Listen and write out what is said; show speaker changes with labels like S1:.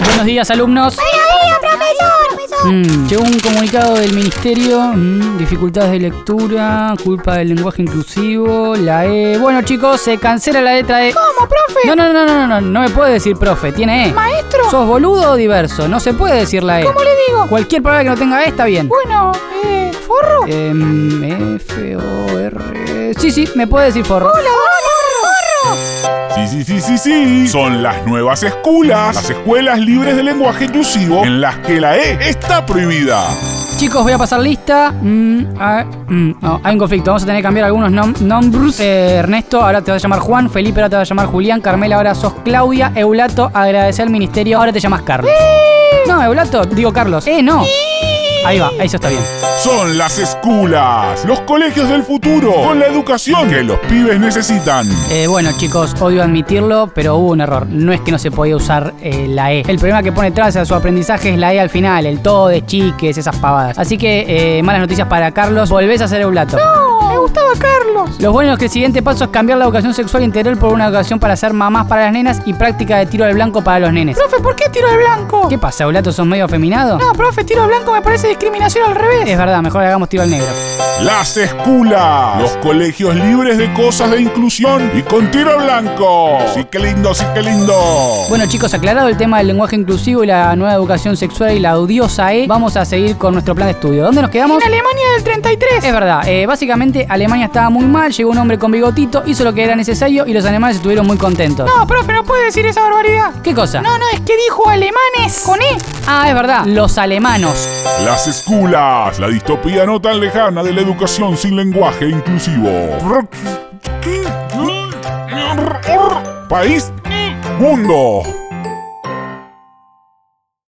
S1: Buenos días, alumnos.
S2: Buenos días, profesor. profesor.
S1: Mm, Llegó un comunicado del ministerio. mm, dificultades de lectura, culpa del lenguaje inclusivo, la E. Bueno, chicos, se cancela la letra E.
S2: ¿Cómo, profe?
S1: No, no, no, no, no, no, no me puede decir profe, tiene E.
S2: Maestro.
S1: ¿Sos boludo o diverso? No se puede decir la E.
S2: ¿Cómo le digo?
S1: Cualquier palabra que no tenga E está bien.
S2: Bueno, eh, forro.
S1: Em, F, O, R. Sí, sí, me puede decir forro.
S2: Hola, hola, forro.
S3: Sí, sí, sí, sí, sí. Son las nuevas escuelas, las escuelas libres de lenguaje inclusivo en las que la E está prohibida.
S1: Chicos, voy a pasar lista. Mm, a- mm, no, hay un conflicto. Vamos a tener que cambiar algunos nom- nombres. Eh, Ernesto, ahora te vas a llamar Juan. Felipe, ahora te vas a llamar Julián. Carmela, ahora sos Claudia. Eulato, agradecer al ministerio. Ahora te llamas Carlos. No, Eulato, digo Carlos. Eh, no. Ahí va, eso está bien.
S3: Son las escuelas, los colegios del futuro, con la educación que los pibes necesitan.
S1: Eh, bueno, chicos, odio admitirlo, pero hubo un error. No es que no se podía usar eh, la E. El problema que pone tras a su aprendizaje es la E al final, el todo de chiques, esas pavadas. Así que, eh, malas noticias para Carlos. Volvés a ser Eulato.
S2: No, me gustaba Carlos.
S1: Lo bueno es que el siguiente paso es cambiar la educación sexual integral por una educación para ser mamás para las nenas y práctica de tiro al blanco para los nenes.
S2: Profe, ¿por qué tiro al blanco?
S1: ¿Qué pasa, Olato? ¿Son medio afeminado?
S2: No, profe, tiro al blanco me parece discriminación al revés.
S1: Es verdad, mejor hagamos tiro al negro.
S3: Las escuelas, los colegios libres de cosas de inclusión y con tiro blanco. Sí, qué lindo, sí, qué lindo.
S1: Bueno chicos, aclarado el tema del lenguaje inclusivo y la nueva educación sexual y la odiosa E, vamos a seguir con nuestro plan de estudio. ¿Dónde nos quedamos?
S2: En Alemania del 33.
S1: Es verdad, eh, básicamente Alemania estaba muy mal, llegó un hombre con bigotito, hizo lo que era necesario y los alemanes estuvieron muy contentos.
S2: No, profe, no puede decir esa barbaridad.
S1: ¿Qué cosa?
S2: No, no, es que dijo alemanes con E.
S1: Ah, es verdad, los alemanos.
S3: Las escuelas, la distopía no tan lejana de la educación sin lenguaje inclusivo. País, mundo.